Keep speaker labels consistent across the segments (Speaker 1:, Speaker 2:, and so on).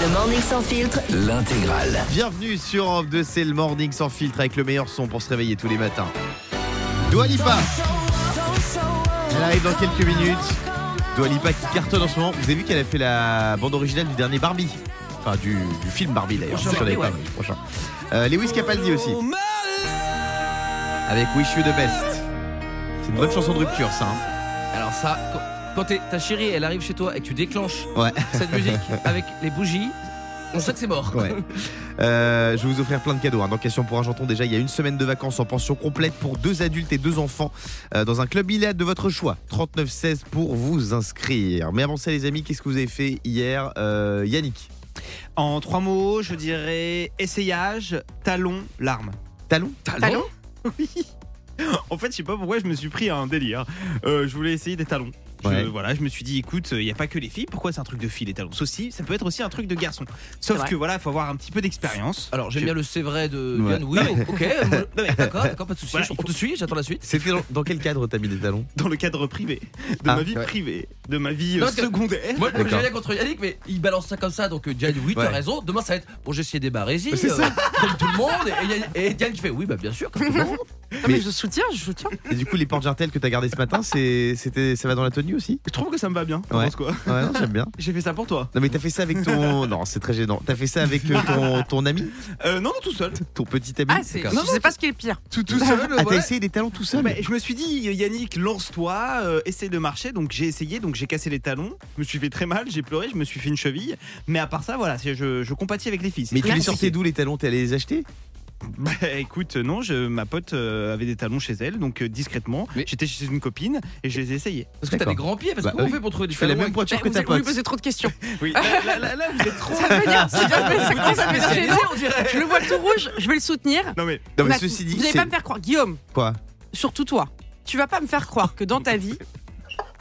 Speaker 1: Le Morning Sans Filtre,
Speaker 2: L'intégrale.
Speaker 3: Bienvenue sur Europe 2, c'est le morning sans filtre avec le meilleur son pour se réveiller tous les matins. Dua Lipa Elle arrive dans quelques minutes. Dua Lipa qui cartonne en ce moment. Vous avez vu qu'elle a fait la bande originale du dernier Barbie Enfin, du, du film Barbie d'ailleurs.
Speaker 1: Prochain
Speaker 3: Je l'avais
Speaker 1: Barbie,
Speaker 3: pas, mais prochain. Euh, Lewis Capaldi aussi. Avec Wish You the Best. C'est une bonne chanson de rupture, ça. hein.
Speaker 4: Alors ça, quand- quand t'es- ta chérie, elle arrive chez toi et que tu déclenches
Speaker 3: Ouais.
Speaker 4: cette musique avec les bougies, on sait que c'est mort.
Speaker 3: Ouais. Euh, je vais vous offrir plein de cadeaux. Hein. Dans Question pour un janton, déjà, il y a une semaine de vacances en pension complète pour deux adultes et deux enfants euh, dans un club billard de votre choix. 3916 pour vous inscrire. Mais avant ça, les amis, qu'est-ce que vous avez fait hier, euh, Yannick
Speaker 5: En trois mots, je dirais essayage, talon, larme.
Speaker 3: Talon
Speaker 1: Talon
Speaker 5: En fait, je sais pas pourquoi je me suis pris à un délire. Euh, je voulais essayer des talons. Je,
Speaker 3: Ouais.
Speaker 5: Voilà, je me suis dit, écoute, il n'y a pas que les filles. Pourquoi c'est un truc de filles les talons Sauf si, ça peut être aussi un truc de garçon. Sauf
Speaker 1: vrai.
Speaker 5: que voilà, faut avoir un petit peu
Speaker 3: Ah.
Speaker 5: d'expérience.
Speaker 4: Alors j'aime bien le c'est vrai de
Speaker 3: Ouais.
Speaker 4: Yann. Oui, ok, moi- non, mais d'accord, d'accord, pas de soucis.
Speaker 5: Voilà,
Speaker 4: on te suit, j'attends la suite.
Speaker 3: C'était dans, dans quel cadre t'as mis des talons
Speaker 5: Dans le cadre privé, de
Speaker 3: Ah,
Speaker 5: ma vie
Speaker 3: ouais.
Speaker 5: privée, de ma vie euh,
Speaker 4: Non, parce que-
Speaker 5: secondaire.
Speaker 4: Moi, moi, j'ai
Speaker 3: D'accord.
Speaker 4: rien contre Yannick, mais il balance ça comme ça, donc euh, Yann, oui,
Speaker 3: Ouais.
Speaker 4: t'as raison. Demain, ça va être bon, j'ai essayé des barésies,
Speaker 3: C'est ça.
Speaker 4: euh, comme tout le monde. Et, Yann- et Yann qui fait oui, bah bien sûr, comme tout le monde.
Speaker 1: Non mais je soutiens, je soutiens.
Speaker 3: Et du coup, les portes jartelles que t'as gardées ce matin, c'est, c'était, ça va dans la tenue aussi
Speaker 5: Je trouve que ça me va bien. T'en
Speaker 3: Ouais.
Speaker 5: penses quoi
Speaker 3: Ouais, non, j'aime bien.
Speaker 5: J'ai fait ça pour toi.
Speaker 3: Non, mais t'as fait ça avec ton. Non, c'est très gênant. T'as fait ça avec euh, ton, ton ami
Speaker 5: Euh, non, non, tout seul.
Speaker 3: Ton petit ami
Speaker 1: Ah, c'est,
Speaker 3: D'accord.
Speaker 1: je sais pas ce qui est le pire.
Speaker 5: Tout, tout seul.
Speaker 3: Ah, t'as
Speaker 5: voilà.
Speaker 3: essayé des talons tout seul
Speaker 5: Mais je me suis dit, euh, Yannick, lance-toi, euh, essaie de marcher. Donc j'ai essayé, donc j'ai cassé les talons. Je me suis fait très mal, j'ai pleuré, je me suis fait une cheville. Mais à part ça, voilà, c'est- je, je compatis avec les filles. c'est
Speaker 3: Mais tu
Speaker 5: très
Speaker 3: les
Speaker 5: compliqué.
Speaker 3: sortais d'où les talons T'es allé les acheter
Speaker 5: Bah écoute, euh, non, je, ma pote euh, avait des talons chez elle, donc euh, discrètement,
Speaker 4: Mais-
Speaker 5: j'étais chez une copine et je les ai essayés.
Speaker 4: Parce que t'as
Speaker 3: D'accord.
Speaker 4: des grands pieds, parce
Speaker 3: Bah,
Speaker 4: que comment
Speaker 3: oui.
Speaker 4: on fait pour trouver du
Speaker 3: Tu fais la même
Speaker 1: Bah,
Speaker 3: pointure que
Speaker 1: vous
Speaker 3: ta
Speaker 1: avez voulu
Speaker 3: pote.
Speaker 1: poser trop de questions.
Speaker 5: Oui, là, là, là, là, vous êtes trop.
Speaker 1: Ça veut dire, c'est bien fait, c'est quoi, ça veut dire gênant.
Speaker 4: on dirait.
Speaker 1: Je le vois tout rouge, je vais le soutenir.
Speaker 5: Non mais,
Speaker 3: Non, mais
Speaker 1: Ma-
Speaker 3: ceci dit,
Speaker 1: vous allez
Speaker 3: c'est
Speaker 1: pas me faire croire, Guillaume,
Speaker 3: quoi
Speaker 1: surtout toi. Tu vas pas me faire croire que dans ta vie,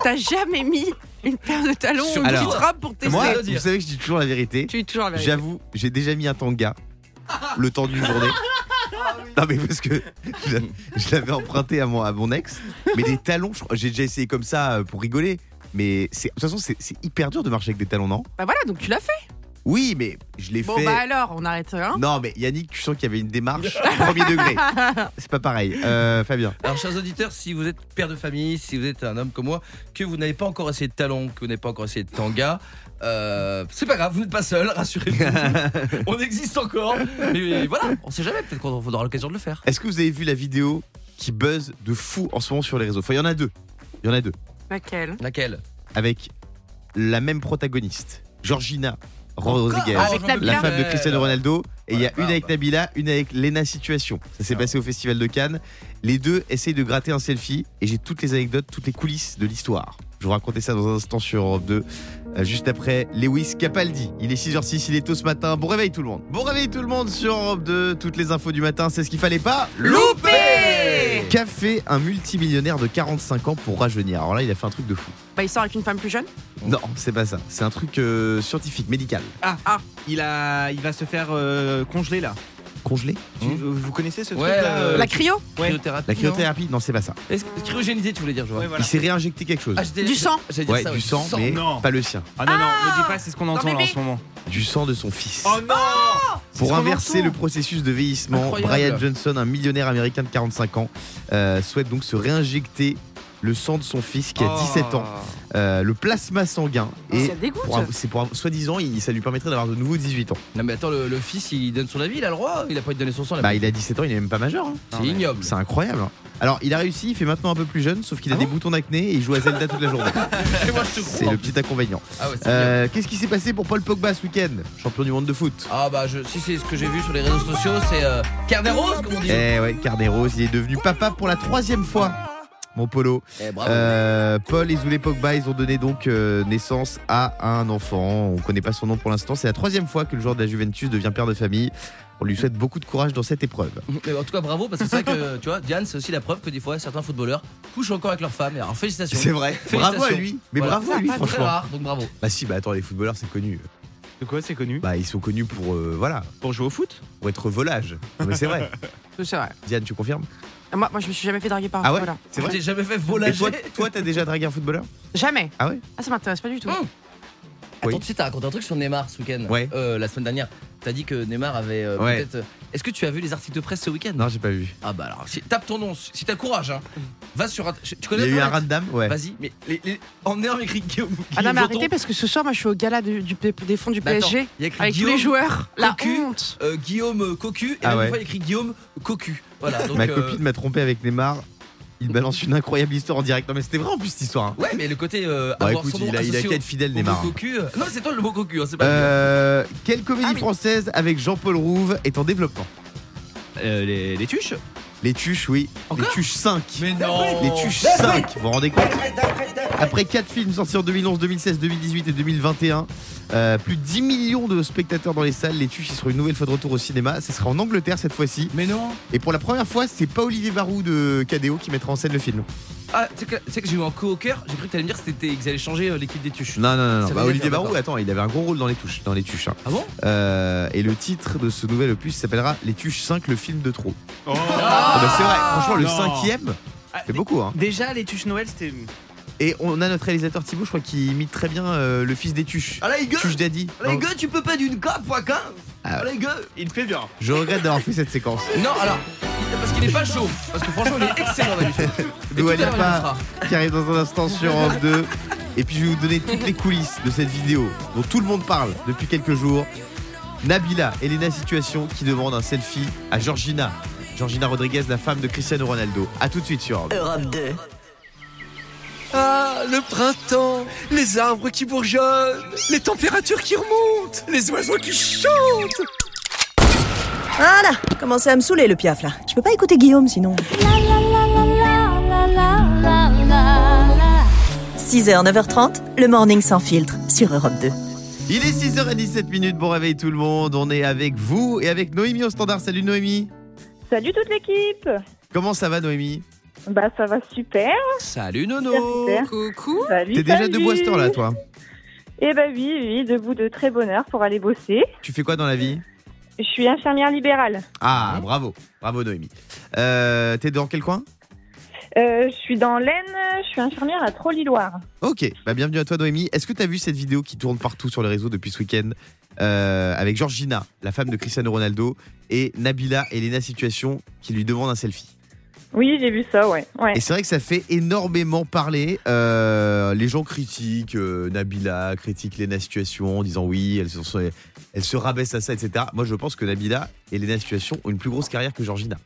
Speaker 1: t'as jamais mis une paire de talons ou une
Speaker 4: Alors,
Speaker 1: petite robe pour tester.
Speaker 3: Moi,
Speaker 4: c'est-
Speaker 3: vous savez que je dis toujours la vérité.
Speaker 1: tu es toujours la vérité.
Speaker 3: J'avoue, j'ai déjà mis un tanga le temps d'une journée.
Speaker 1: Ah
Speaker 3: Non mais parce que je, je l'avais emprunté à mon, à mon ex, mais des talons, je crois- j'ai déjà essayé comme ça euh, pour rigoler, mais c'est- de toute façon c'est c'est hyper dur de marcher avec des talons, non
Speaker 1: Bah voilà, donc tu l'as fait.
Speaker 3: Oui, mais je l'ai
Speaker 1: Bon
Speaker 3: fait.
Speaker 1: bah alors, on arrête rien.
Speaker 3: Non mais Yannick, tu sens qu'il y avait une démarche premier degré. C'est pas pareil. Euh, Fabien.
Speaker 4: Alors, chers auditeurs, si vous êtes père de famille, si vous êtes un homme comme moi, que vous n'avez pas encore essayé de talons, que vous n'avez pas encore essayé de tanga, euh, c'est pas grave, vous n'êtes pas seul, rassurez-vous. on existe encore. Mais voilà, on sait jamais, peut-être qu'on aura l'occasion de le faire.
Speaker 3: Est-ce que vous avez vu la vidéo qui buzz de fou en ce moment sur les réseaux Enfin, il y en a deux. Il y en a deux.
Speaker 1: Laquelle
Speaker 4: Laquelle
Speaker 3: Avec la même protagoniste, Georgina Rodriguez,
Speaker 4: Encore
Speaker 1: Avec
Speaker 4: Jean-Michel
Speaker 1: Nabila.
Speaker 3: la femme de
Speaker 4: Euh,
Speaker 3: Cristiano Ronaldo. Et il y a
Speaker 4: Voilà,
Speaker 3: une avec
Speaker 4: bah.
Speaker 3: Nabila, une avec Lena Situation. Ça s'est
Speaker 4: Ah.
Speaker 3: passé au Festival de Cannes. Les deux essayent de gratter un selfie et j'ai toutes les anecdotes, toutes les coulisses de l'histoire. Je vous racontais ça dans un instant sur Europe 2. Euh, Juste après, Lewis Capaldi. Il est 6h06, il est tôt ce matin. Bon réveil tout le monde. Bon réveil tout le monde sur Europe 2. Toutes les infos du matin, c'est ce qu'il fallait pas.
Speaker 1: Loupé
Speaker 3: Qu'a fait un multimillionnaire de 45 ans pour rajeunir Alors là, il a fait un truc de fou.
Speaker 1: Bah il sort avec une femme plus jeune.
Speaker 3: Non, c'est pas ça. C'est un truc euh, scientifique, médical.
Speaker 5: il, a, il va se faire euh, congeler là.
Speaker 3: Congelé
Speaker 5: Tu-
Speaker 4: Hum.
Speaker 5: euh, vous connaissez ce
Speaker 4: Ouais,
Speaker 5: truc là
Speaker 4: euh,
Speaker 1: La cryo
Speaker 5: Ouais.
Speaker 4: Cryothérapie.
Speaker 3: La
Speaker 4: non
Speaker 3: cryothérapie Non, c'est pas ça.
Speaker 4: Est-ce que- Cryogénisé, tu voulais dire, je vois.
Speaker 5: Ouais, voilà.
Speaker 3: Il s'est réinjecté quelque chose.
Speaker 4: Ah, j'étais-
Speaker 1: Du sang
Speaker 4: j'allais dire
Speaker 3: ouais,
Speaker 4: ça,
Speaker 3: du sang, mais
Speaker 5: Non.
Speaker 3: pas le sien.
Speaker 5: Ah non, non,
Speaker 1: Ah
Speaker 5: ne dis pas, c'est ce qu'on entend là en
Speaker 1: bébé.
Speaker 5: ce moment.
Speaker 3: Du sang de son fils.
Speaker 5: Oh non
Speaker 3: Pour
Speaker 5: C'est ce qu'on
Speaker 3: inverser
Speaker 5: entend.
Speaker 3: le processus de vieillissement,
Speaker 4: Incroyable.
Speaker 3: Brian Johnson, un millionnaire américain de 45 ans, euh, souhaite donc se réinjecter le sang de son fils qui a
Speaker 5: Oh.
Speaker 3: 17 ans, euh, le plasma sanguin. Et
Speaker 1: Ça dégoûte.
Speaker 3: pour av- c'est pour av- soi-disant, il- ça lui permettrait d'avoir de nouveau 18 ans.
Speaker 4: Non, mais attends, le, le fils, il donne son avis, il a le droit, il a pas eu de donner son
Speaker 5: Ah,
Speaker 4: sang. il a
Speaker 3: Bah,
Speaker 4: pas-
Speaker 3: il a 17 ans, il n'est même pas majeur. hein.
Speaker 4: C'est ignoble.
Speaker 3: C'est incroyable. hein. Alors, il a réussi, il fait maintenant un peu plus jeune, sauf qu'il a
Speaker 4: Ah
Speaker 3: des
Speaker 4: bon
Speaker 3: boutons d'acné et il joue à Zelda toute la journée.
Speaker 4: Et moi, je te
Speaker 3: C'est
Speaker 4: crois.
Speaker 3: le petit inconvénient.
Speaker 4: Ah, ouais, c'est ignoble.
Speaker 3: Euh, Qu'est-ce qui s'est passé pour Paul Pogba ce week-end Champion du monde de foot.
Speaker 4: Ah, bah, je, si c'est ce que j'ai vu sur les réseaux sociaux, c'est euh, Carneros, comme on dit.
Speaker 3: Eh ouais, Carneros, il est devenu papa pour la troisième fois. Mon polo.
Speaker 4: Eh, bravo.
Speaker 3: Euh, Paul et Zoulé Pogba, ils ont donné donc euh, naissance à un enfant. On connaît pas son nom pour l'instant. C'est la troisième fois que le joueur de la Juventus devient père de famille. On lui souhaite beaucoup de courage dans cette épreuve.
Speaker 4: Mais en tout cas, bravo, parce que c'est vrai que, tu vois, Diane, c'est aussi la preuve que des fois, certains footballeurs couchent encore avec leurs femmes. Et alors, félicitations.
Speaker 3: C'est vrai. Bravo à lui. Mais
Speaker 4: Voilà.
Speaker 3: bravo à lui,
Speaker 4: Pas Très
Speaker 3: franchement.
Speaker 4: rare, donc bravo.
Speaker 3: Bah si, bah attends, les footballeurs, c'est connu.
Speaker 5: De quoi c'est connu
Speaker 3: Bah ils sont connus pour euh, voilà,
Speaker 5: Pour jouer au foot
Speaker 3: pour être volage. Non, mais c'est vrai.
Speaker 1: C'est vrai.
Speaker 3: Diane, tu confirmes
Speaker 1: Moi, moi je me suis jamais fait draguer par un
Speaker 3: Ah ouais
Speaker 1: footballeur.
Speaker 3: C'est vrai.
Speaker 4: J'ai jamais fait
Speaker 3: Et
Speaker 4: volager.
Speaker 3: toi, toi, t'as déjà dragué un footballeur
Speaker 1: Jamais.
Speaker 3: Ah ouais
Speaker 1: Ah ça m'intéresse pas du tout.
Speaker 4: Hum.
Speaker 3: Oui.
Speaker 4: Attends, tu sais, t'as raconté un truc sur Neymar ce week-end.
Speaker 3: Ouais.
Speaker 4: Euh, la semaine dernière. T'as dit que Neymar avait euh,
Speaker 3: Ouais.
Speaker 4: peut-être. Est-ce que tu as vu les articles de presse ce week-end
Speaker 3: Non, j'ai pas vu.
Speaker 4: Ah bah alors, si- tape ton nom, si si t'as le courage, hein. Va sur. int- Tu
Speaker 3: Il y
Speaker 4: connais
Speaker 3: a eu un
Speaker 4: Internet
Speaker 3: random Ouais.
Speaker 4: Vas-y, mais les, les... en ayant écrit Guillaume.
Speaker 1: Ah non,
Speaker 4: Guillaume
Speaker 1: mais
Speaker 4: Breton,
Speaker 1: arrêtez parce que ce soir, moi, je suis au gala du, du- des fonds du
Speaker 4: Bah, attends,
Speaker 1: PSG
Speaker 4: Il y a écrit
Speaker 1: avec tous
Speaker 4: Guillaume,
Speaker 1: les joueurs. La
Speaker 4: Cocu.
Speaker 1: honte.
Speaker 4: euh, Guillaume euh, Cocu, et
Speaker 3: Ah
Speaker 4: même
Speaker 3: ouais.
Speaker 4: une fois, il y a écrit Guillaume Cocu. Voilà, donc.
Speaker 3: Ma
Speaker 4: euh,
Speaker 3: copine m'a trompé avec Neymar. Il balance une incroyable histoire en direct. Non, mais c'était vrai en plus cette histoire. hein.
Speaker 4: Ouais, mais le côté. Euh,
Speaker 3: Bah
Speaker 4: avoir
Speaker 3: écoute,
Speaker 4: son nom
Speaker 3: il a, il a
Speaker 4: associé
Speaker 3: qu'à
Speaker 4: au-
Speaker 3: être fidèle,
Speaker 4: au
Speaker 3: Neymar.
Speaker 4: mot Cocu. euh, Non, c'est toi le mot Cocu, hein, c'est pas.
Speaker 3: Euh, quelle comédie
Speaker 1: Ah oui.
Speaker 3: française avec Jean-Paul Rouve est en développement
Speaker 5: Euh, les, les tuches
Speaker 3: Les Tuches, oui.
Speaker 4: Encore
Speaker 3: les Tuches 5.
Speaker 4: Mais non
Speaker 3: Les Tuches
Speaker 4: David
Speaker 3: 5, vous vous rendez compte Après 4 films sortis en 2011, 2016, 2018 et 2021, euh, plus de 10 millions de spectateurs dans les salles. Les Tuches, ils seront une nouvelle fois de retour au cinéma. Ce sera en Angleterre cette fois-ci.
Speaker 4: Mais non
Speaker 3: Et pour la première fois, c'est pas Olivier Barou de KDO qui mettra en scène le film.
Speaker 4: Ah, tu sais que, tu sais que j'ai eu un coup au cœur, j'ai cru que t'allais me dire que c'était- qu'ils allaient changer euh, l'équipe des tuches.
Speaker 3: Non, non, non, non.
Speaker 4: Ça
Speaker 3: Bah,
Speaker 4: veut dire
Speaker 3: Olivier
Speaker 4: qu'il y en a
Speaker 3: Barou,
Speaker 4: pas.
Speaker 3: attends, il avait un gros rôle dans Les Tuches. Dans les tuches hein.
Speaker 4: Ah bon
Speaker 3: Euh, et le titre de ce nouvel opus s'appellera Les Tuches 5, le film de trop.
Speaker 5: oh.
Speaker 3: Ah bah, c'est vrai, franchement, le
Speaker 5: Non.
Speaker 3: cinquième,
Speaker 5: Ah,
Speaker 3: c'est beaucoup. Hein.
Speaker 5: Déjà, les tuches Noël, c'était.
Speaker 3: Et on a notre réalisateur Thibaut, je crois, qui imite très bien euh, le fils des Tuches.
Speaker 4: Ah là, les gars
Speaker 3: Tuche Daddy.
Speaker 4: Ah là, les gars, tu peux pas d'une cape, quoi, qu'un
Speaker 3: Ah.
Speaker 4: Ah les gars
Speaker 5: Il fait bien.
Speaker 3: Je regrette d'avoir fait cette séquence.
Speaker 4: Non, alors, parce qu'il est pas chaud. Parce que franchement, il est excellent d'habitude. Et tout
Speaker 3: Dua
Speaker 4: à l'heure, il le
Speaker 3: Lipa
Speaker 4: fera.
Speaker 3: qui arrive dans un instant sur Europe 2. Et puis je vais vous donner toutes les coulisses de cette vidéo dont tout le monde parle depuis quelques jours. Nabila, Elena Situation qui demande un selfie à Georgina. Georgina Rodriguez, la femme de Cristiano Ronaldo. A tout de suite sur Europe 2.
Speaker 2: Ah, le printemps, les arbres qui bourgeonnent, les températures qui remontent, les oiseaux qui chantent.
Speaker 6: Voilà, commencez à me saouler le piaf là. Je peux pas écouter Guillaume sinon. 6h, 9h30, le morning sans filtre sur Europe 2.
Speaker 3: Il est 6h17 minutes, bon réveil tout le monde. On est avec vous et avec Noémie au standard. Salut Noémie.
Speaker 7: Salut toute l'équipe
Speaker 3: Comment ça va Noémie
Speaker 7: Bah ça va super,
Speaker 4: Salut
Speaker 7: super,
Speaker 4: Nono
Speaker 7: super.
Speaker 1: Coucou.
Speaker 7: Salut,
Speaker 3: T'es déjà
Speaker 7: salut.
Speaker 3: debout à cette heure là toi
Speaker 7: Eh bah oui, oui, debout de très bonne heure pour aller bosser.
Speaker 3: Tu fais quoi dans la vie
Speaker 7: Je suis infirmière libérale.
Speaker 3: Ah bravo, bravo Noémie. Euh, T'es dans quel coin
Speaker 7: Euh, je suis dans l'Aisne, je suis infirmière à Trolly-Loire.
Speaker 3: Ok, bah bienvenue à toi Noémie. Est-ce que t'as vu cette vidéo qui tourne partout sur les réseaux depuis ce week-end euh, avec Georgina, la femme de Cristiano Ronaldo, et Nabila Elena Situation qui lui demande un selfie
Speaker 7: Oui, j'ai vu ça, ouais. ouais.
Speaker 3: Et c'est vrai que ça fait énormément parler. Euh, les gens critiquent euh, Nabila, critiquent Elena Situation en disant oui, elle se, elle se rabaisse à ça, etc. Moi je pense que Nabila et Elena Situation ont une plus grosse carrière que Georgina.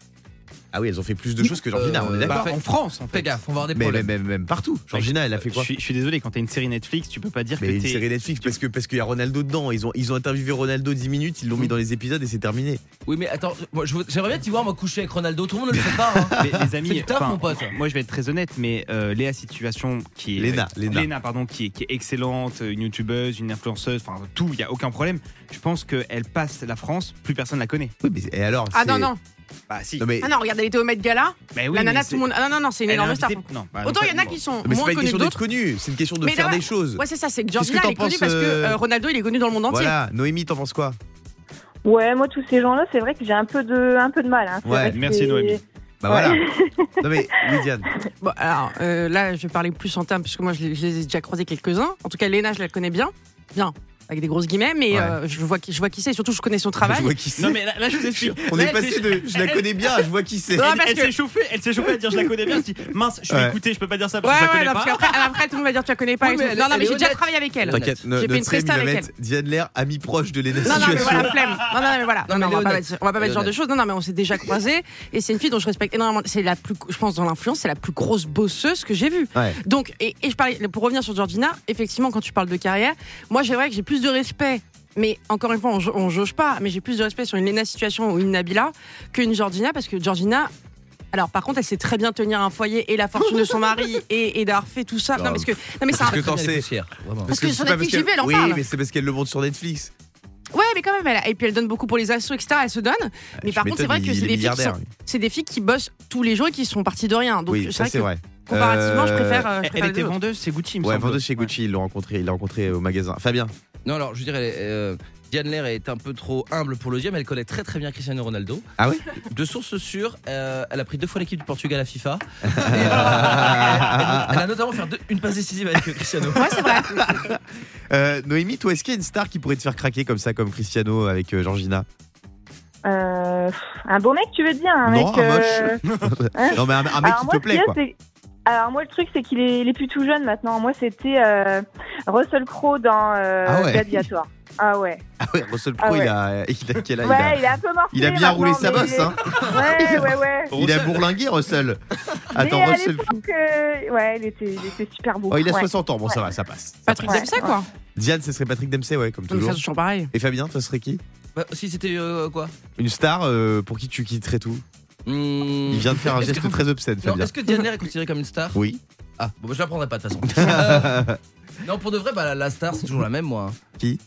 Speaker 3: Ah oui, elles ont fait plus de choses que Georgina,
Speaker 4: Euh,
Speaker 3: on est d'accord
Speaker 4: bah,
Speaker 5: en France, en
Speaker 4: Fais
Speaker 5: fait.
Speaker 4: gaffe, on va avoir des
Speaker 3: mais, mais-
Speaker 4: problèmes.
Speaker 3: mais- même partout. Georgina, elle a fait
Speaker 5: Je
Speaker 3: quoi
Speaker 5: suis, je suis désolé, quand t'as une série Netflix, tu peux pas dire
Speaker 3: Mais
Speaker 5: que
Speaker 3: une
Speaker 5: t'es.
Speaker 3: série Netflix parce que parce qu'il y a Ronaldo dedans. Ils ont ils ont interviewé Ronaldo 10 minutes, ils l'ont mis dans les épisodes et c'est terminé.
Speaker 4: Oui, mais attends, moi, je veux- j'aimerais bien t'y voir, moi, coucher avec Ronaldo. Tout le monde ne le fait pas. Hein.
Speaker 5: Mais les
Speaker 4: C'est du
Speaker 5: amis,
Speaker 4: taf,
Speaker 5: enfin,
Speaker 4: mon pote.
Speaker 5: moi je vais être très honnête, mais euh, Léa Situation, qui est.
Speaker 3: Léna, Léna.
Speaker 5: pardon, qui est, qui est excellente, une youtubeuse, une influenceuse, enfin tout, il n'y a aucun problème. Je pense qu'elle passe la France, plus personne la connaît.
Speaker 3: Oui, mais et alors
Speaker 1: Ah
Speaker 3: c'est-
Speaker 1: non, non.
Speaker 5: Bah si.
Speaker 3: Non, mais
Speaker 1: Ah non, regarde, elle était au Met Gala.
Speaker 5: Mais Bah oui,
Speaker 1: la
Speaker 5: mais
Speaker 1: nana,
Speaker 5: c'est-
Speaker 1: tout le monde. Ah non, non, non, c'est une
Speaker 5: elle est
Speaker 1: énorme star.
Speaker 5: invitée- non, bah,
Speaker 1: Autant
Speaker 5: non,
Speaker 1: il y en a
Speaker 5: bon.
Speaker 1: qui sont
Speaker 3: mais c'est
Speaker 1: moins
Speaker 3: pas une
Speaker 1: connus que
Speaker 3: question d'être
Speaker 1: d'autres.
Speaker 3: connu, c'est une question de
Speaker 1: Mais
Speaker 3: faire
Speaker 1: là,
Speaker 3: des choses.
Speaker 1: Ouais, c'est ça, c'est que
Speaker 3: Qu'est-ce que
Speaker 1: Georgina
Speaker 3: t'en
Speaker 1: elle est connue
Speaker 3: penses,
Speaker 1: parce que
Speaker 3: euh,
Speaker 1: euh, Ronaldo, il est connu dans le monde entier.
Speaker 3: Voilà, Noémie, t'en penses quoi
Speaker 7: Ouais, moi tous ces gens-là, c'est vrai que j'ai un peu de, un peu de mal. hein. C'est
Speaker 3: Ouais,
Speaker 7: vrai que
Speaker 5: merci,
Speaker 7: c'est-
Speaker 5: Noémie.
Speaker 3: Bah
Speaker 7: Ouais.
Speaker 3: voilà. Non mais oui, Diane.
Speaker 1: Bon, alors euh, là, je vais parler plus en termes, parce que moi, je, les- je les ai déjà croisés quelques-uns. En tout cas, Léna, je la connais bien. Bien, avec des grosses guillemets, mais
Speaker 3: Ouais.
Speaker 1: euh, je, vois qui, je vois qui c'est. Surtout, je connais son travail.
Speaker 3: Je vois qui c'est.
Speaker 5: Non, mais là, là, je vous explique.
Speaker 3: On
Speaker 5: Là,
Speaker 3: est
Speaker 5: elle
Speaker 3: passé
Speaker 5: s'est-
Speaker 3: de je la
Speaker 5: elle-
Speaker 3: connais bien, à je vois qui c'est.
Speaker 1: Non,
Speaker 5: Elle,
Speaker 1: parce
Speaker 5: elle
Speaker 1: que-
Speaker 5: s'est chauffée, elle s'est chauffée à dire je la connais bien. Je dis mince, je suis
Speaker 3: Ouais.
Speaker 5: écouté, je peux pas dire ça
Speaker 1: Ouais,
Speaker 5: parce que je la
Speaker 1: ouais,
Speaker 5: connais pas.
Speaker 1: non, parce qu'après, à la- après, tout le monde va dire tu la connais pas.
Speaker 4: Oui,
Speaker 1: et
Speaker 4: mais
Speaker 1: tout.
Speaker 4: elle-
Speaker 1: non, non,
Speaker 4: elle
Speaker 1: mais
Speaker 4: est
Speaker 1: j'ai déjà
Speaker 4: honnête.
Speaker 1: travaillé avec elle.
Speaker 3: T'inquiète, no-
Speaker 1: J'ai fait une
Speaker 3: notre ami
Speaker 1: presta avec
Speaker 3: Lamette, Diane Lair, amie proche de Léna
Speaker 1: Non, non, mais
Speaker 3: Situation.
Speaker 1: voilà, flemme. Non, non, mais voilà.
Speaker 4: Non,
Speaker 1: Non,
Speaker 4: mais
Speaker 1: non, on, va pas
Speaker 4: Léonette.
Speaker 1: mettre, on va pas mettre ce genre de
Speaker 4: Léonette.
Speaker 1: choses. Non, non, mais on s'est déjà croisés. Et c'est une fille dont je respecte énormément. C'est la plus, je pense, dans l'influence, c'est la plus grosse bosseuse que j'ai vue.
Speaker 3: Ouais.
Speaker 1: Donc, et, et je parlais, pour revenir sur Georgina, effectivement, quand tu parles de carrière, moi, c'est vrai que j'ai plus de respect. Mais encore une fois, on, ja- on jauge pas, mais j'ai plus de respect sur une Lena Situation ou une Nabila qu'une Georgina, parce que Georgina. Alors, par contre, elle sait très bien tenir un foyer et la fortune de son mari et, et d'avoir fait tout ça. Non,
Speaker 3: Grave.
Speaker 1: parce que, non, mais c'est
Speaker 3: Parce
Speaker 1: un-
Speaker 3: que quand
Speaker 4: Ah, Très bien, les
Speaker 3: c'est-
Speaker 4: poussières, vraiment.
Speaker 1: Parce que
Speaker 3: c'est
Speaker 1: sur
Speaker 3: pas
Speaker 1: Netflix,
Speaker 3: parce
Speaker 1: j'ai vu, elle en
Speaker 3: Oui,
Speaker 1: parle.
Speaker 3: mais c'est parce qu'elle le montre sur Netflix.
Speaker 1: Ouais, mais quand même, elle, a- et puis elle donne beaucoup pour les assos, etc. Elle se donne. Mais
Speaker 3: Je
Speaker 1: par contre, c'est
Speaker 3: m'étonne,
Speaker 1: vrai que
Speaker 3: Ah, il est
Speaker 1: c'est des filles qui
Speaker 3: milliardaire.
Speaker 1: sont- c'est des filles qui bossent tous les jours et qui sont parties de rien. Donc
Speaker 3: Oui,
Speaker 1: c'est
Speaker 3: ça
Speaker 1: vrai que
Speaker 3: c'est vrai.
Speaker 1: comparativement, je
Speaker 3: Euh,
Speaker 1: préfère. euh, je
Speaker 5: Elle,
Speaker 1: préfère les
Speaker 5: était
Speaker 1: deux.
Speaker 5: vendeuse, c'est Gucci, il me
Speaker 3: Ouais,
Speaker 5: semble.
Speaker 3: vendeuse chez Gucci, ils l'ont rencontré, il l'a rencontré au magasin. Fabien,
Speaker 4: Non, alors, je dirais, euh, Diane Lair est un peu trop humble pour le dire, mais elle connaît très très bien Cristiano Ronaldo.
Speaker 3: Ah oui
Speaker 4: De source sûre, euh, elle a pris deux fois l'équipe du Portugal à FIFA. Et, euh, elle, elle a- elle a notamment fait deux- une passe décisive avec euh, Cristiano.
Speaker 1: Ouais, c'est vrai.
Speaker 3: Euh, Noémie, toi, est-ce qu'il y a une star qui pourrait te faire craquer comme ça, comme Cristiano avec euh, Georgina
Speaker 7: Euh, un beau mec, tu veux dire un
Speaker 3: Non,
Speaker 7: mec,
Speaker 3: un moche.
Speaker 7: euh,
Speaker 3: Non, mais un, un mec
Speaker 7: alors
Speaker 3: qui
Speaker 7: moi,
Speaker 3: te
Speaker 7: le
Speaker 3: plaît,
Speaker 7: pire,
Speaker 3: quoi.
Speaker 7: c'est- Alors moi le truc c'est qu'il est, il est plus tout jeune maintenant. Moi c'était euh, Russell Crowe dans euh,
Speaker 3: Ah ouais.
Speaker 7: Gladiator. Ah ouais.
Speaker 3: Ah ouais, Russell
Speaker 7: Ah
Speaker 3: Crowe,
Speaker 7: ouais.
Speaker 3: il a- il a quel âge
Speaker 7: ouais,
Speaker 3: il a-
Speaker 7: il est un peu mort.
Speaker 3: Il a bien roulé sa bosse, hein.
Speaker 7: Ouais, ouais, ouais.
Speaker 3: Il a bourlingué, Russell. Attends,
Speaker 7: mais à
Speaker 3: Russell.
Speaker 7: l'époque, euh, ouais, il était, il était super beau.
Speaker 3: Oh, il a
Speaker 7: Ouais.
Speaker 3: 60 ans, bon, ça va, ça passe.
Speaker 1: Patrick
Speaker 7: Ouais.
Speaker 1: Dempsey, quoi.
Speaker 3: Diane, ce serait Patrick Dempsey, ouais, comme
Speaker 1: Donc, ça,
Speaker 3: toujours.
Speaker 1: c'est toujours pareil.
Speaker 3: Et Fabien, toi, ce serait qui
Speaker 4: Bah, si c'était euh, quoi
Speaker 3: Une star euh, pour qui tu quitterais tout
Speaker 4: Hmm.
Speaker 3: Il vient de faire un
Speaker 4: Est-ce
Speaker 3: geste
Speaker 4: que-
Speaker 3: très obscène,
Speaker 4: Non,
Speaker 3: Fabien.
Speaker 4: est-ce que Diane Lair est considérée comme une star
Speaker 3: Oui.
Speaker 4: Ah, bon, bah, je la prendrai pas de toute façon. Euh, non, pour de vrai, bah, la, la star, c'est toujours la même, moi.
Speaker 3: Qui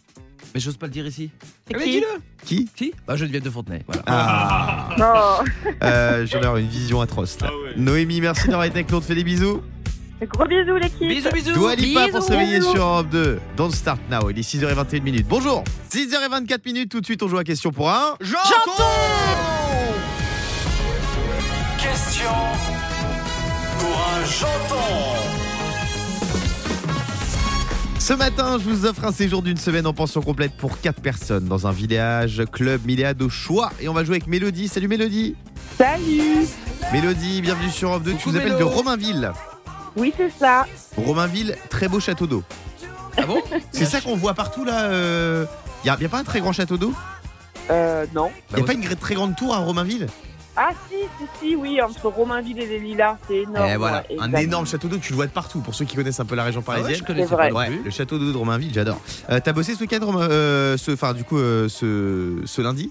Speaker 4: Mais j'ose pas le dire ici.
Speaker 1: C'est
Speaker 4: Eh, mais
Speaker 1: qui
Speaker 4: dis-le
Speaker 3: Qui
Speaker 4: Qui Bah, Geneviève de Fontenay. Voilà.
Speaker 3: Ah
Speaker 7: Non,
Speaker 3: euh, J'en ai avoir une vision atroce.
Speaker 4: Ah
Speaker 3: là. Noémie, merci d'avoir été avec nous, on te fait des bisous.
Speaker 7: gros bisous l'équipe.
Speaker 4: Bisous, bisous
Speaker 3: Dua Lipa pour
Speaker 1: Bisous.
Speaker 3: se réveiller sur Europe 2. Don't start now, il est 6h21 minutes. Bonjour 6h24 minutes, tout de suite on joue à question pour un.
Speaker 2: Question pour un janton.
Speaker 3: Ce matin, je vous offre un séjour d'une semaine en pension complète pour 4 personnes dans un village club Milléade au choix. Et on va jouer avec Mélodie. Salut Mélodie
Speaker 7: Salut.
Speaker 3: Mélodie, bienvenue sur Europe 2. Tu
Speaker 4: Coucou,
Speaker 3: nous appelles de
Speaker 4: Mélo.
Speaker 3: Romainville.
Speaker 7: Oui c'est ça.
Speaker 3: Romainville, très beau château d'eau.
Speaker 4: Ah bon
Speaker 3: C'est ça qu'on voit partout là. Il n'y a, y a pas un très grand château d'eau
Speaker 7: Euh, non.
Speaker 4: Bah,
Speaker 3: Il n'y a pas une gr- très grande tour à Romainville
Speaker 7: Ah si, si, si, oui, entre Romainville et les Lilas, c'est énorme.
Speaker 3: Eh voilà,
Speaker 7: ouais,
Speaker 3: un
Speaker 7: exact.
Speaker 3: énorme château d'eau, tu le vois de partout. Pour ceux qui connaissent un peu la région
Speaker 4: Ah ouais, je
Speaker 3: parisienne.
Speaker 4: connaissais
Speaker 7: C'est vrai.
Speaker 4: pas non
Speaker 3: Ouais,
Speaker 4: plus.
Speaker 3: le château d'eau de Romainville, j'adore. Euh, T'as bossé ce cadre, euh, ce, enfin du coup, euh, ce, ce lundi,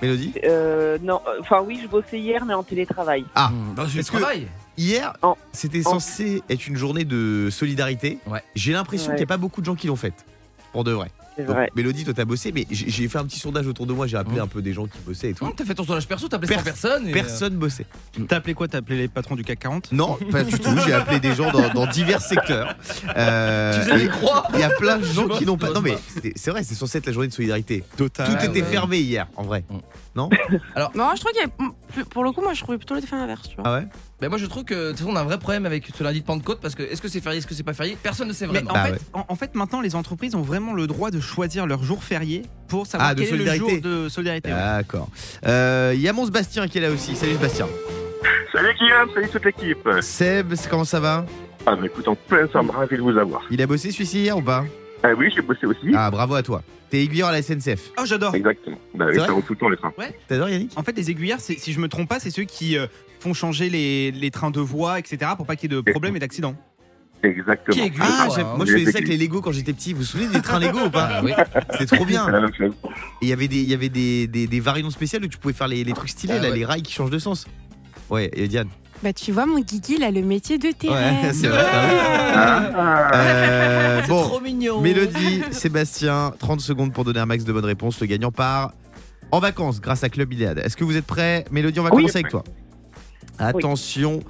Speaker 3: Mélodie
Speaker 7: Euh, non, euh, enfin oui, je bossais hier, mais en télétravail.
Speaker 3: Ah,
Speaker 4: Hmm, bah, c'est le
Speaker 3: Est-ce que-
Speaker 4: travail
Speaker 3: Hier,
Speaker 7: En-
Speaker 3: c'était
Speaker 7: en-
Speaker 3: censé être une journée de solidarité.
Speaker 4: Ouais.
Speaker 3: J'ai l'impression
Speaker 7: Ouais.
Speaker 3: qu'il n'y a pas beaucoup de gens qui l'ont faite. Pour de vrai.
Speaker 7: C'est
Speaker 3: Donc,
Speaker 7: vrai.
Speaker 3: Mélodie, toi, t'as bossé, mais j'ai j'ai fait un petit sondage autour de moi, j'ai appelé
Speaker 4: Mmh.
Speaker 3: un peu des gens qui bossaient et tout.
Speaker 4: Non, T'as fait ton sondage perso, t'as appelé
Speaker 3: Pers-
Speaker 4: 100 personnes. et, euh,
Speaker 3: Personne bossait.
Speaker 5: T'as appelé quoi T'as appelé les patrons du CAC 40
Speaker 3: Non, pas du tout. J'ai appelé des gens dans, dans divers secteurs. Euh,
Speaker 4: Tu faisais
Speaker 3: et-
Speaker 4: des croix
Speaker 3: il y a plein de
Speaker 4: Je
Speaker 3: gens
Speaker 4: vois,
Speaker 3: qui n'ont
Speaker 4: je
Speaker 3: pas.
Speaker 4: vois,
Speaker 3: Non,
Speaker 4: je
Speaker 3: mais
Speaker 4: vois.
Speaker 3: c'est- c'est vrai, c'est censé être la journée de solidarité. Tout
Speaker 5: Total.
Speaker 4: Ah,
Speaker 3: était
Speaker 4: ouais.
Speaker 3: fermé hier, en vrai.
Speaker 4: Mmh.
Speaker 3: Non
Speaker 1: Non, je trouve qu'il y a. Pour le coup, moi, je trouvais plutôt l'effet inverse, tu vois.
Speaker 3: Ah ouais
Speaker 4: Bah, moi, je trouve que de toute façon, on a un vrai problème avec ce lundi de Pentecôte parce que est-ce que c'est férié, est-ce que c'est pas férié Personne ne sait
Speaker 5: Mais
Speaker 4: vraiment.
Speaker 5: en,
Speaker 3: Bah
Speaker 5: fait,
Speaker 3: ouais.
Speaker 5: en, en fait, maintenant, les entreprises ont vraiment le droit de choisir leur jour férié pour savoir
Speaker 3: Ah, de
Speaker 5: quel est le jour
Speaker 3: solidarité. Ah.
Speaker 5: de solidarité. ouais.
Speaker 3: D'accord. Euh, Il y a mon Sébastien qui est là aussi. Salut Sébastien.
Speaker 8: Salut Guillaume, salut toute l'équipe.
Speaker 3: Seb, comment ça va
Speaker 8: Ah bah écoute, en plein somme, ravi de vous avoir.
Speaker 3: Il a bossé celui-ci hier ou pas
Speaker 8: Ah oui, j'ai bossé aussi.
Speaker 3: Ah, bravo à toi. T'es aiguilleur à la SNCF.
Speaker 5: Oh, j'adore.
Speaker 8: Exactement. Bah oui,
Speaker 3: C'est vrai
Speaker 8: ça roule tout le temps les trains.
Speaker 3: T'adores Yannick
Speaker 5: En fait, les aiguilleurs, c'est- si je me trompe pas, c'est ceux qui euh, font changer les, les trains de voie, etc., pour pas qu'il y ait de problèmes et d'accidents.
Speaker 8: Exactement.
Speaker 4: Qui aiguille
Speaker 3: Ah,
Speaker 4: Ouais,
Speaker 3: j'aime-
Speaker 4: hein.
Speaker 3: moi je faisais ça avec les Lego quand j'étais petit. Vous vous souvenez des trains Lego ou pas
Speaker 4: Ah, oui.
Speaker 3: C'était trop bien.
Speaker 8: C'est la même chose.
Speaker 3: Et il y avait des, il y avait des, des, des variantes spéciales où tu pouvais faire les, les trucs stylés,
Speaker 4: Ah
Speaker 3: là,
Speaker 4: ouais.
Speaker 3: les rails qui changent de sens. Ouais, et Diane.
Speaker 9: Bah tu vois mon Guigui il a le métier de terrain.
Speaker 3: Ouais, c'est vrai. t'as vu Euh, bon,
Speaker 4: Trop mignon.
Speaker 3: Mélodie, Sébastien, 30 secondes pour donner un max de bonnes réponses. Le gagnant part en vacances grâce à Club Iliad. Est-ce que vous êtes prêts Mélodie, on va
Speaker 7: Oui.
Speaker 3: commencer avec toi. Attention.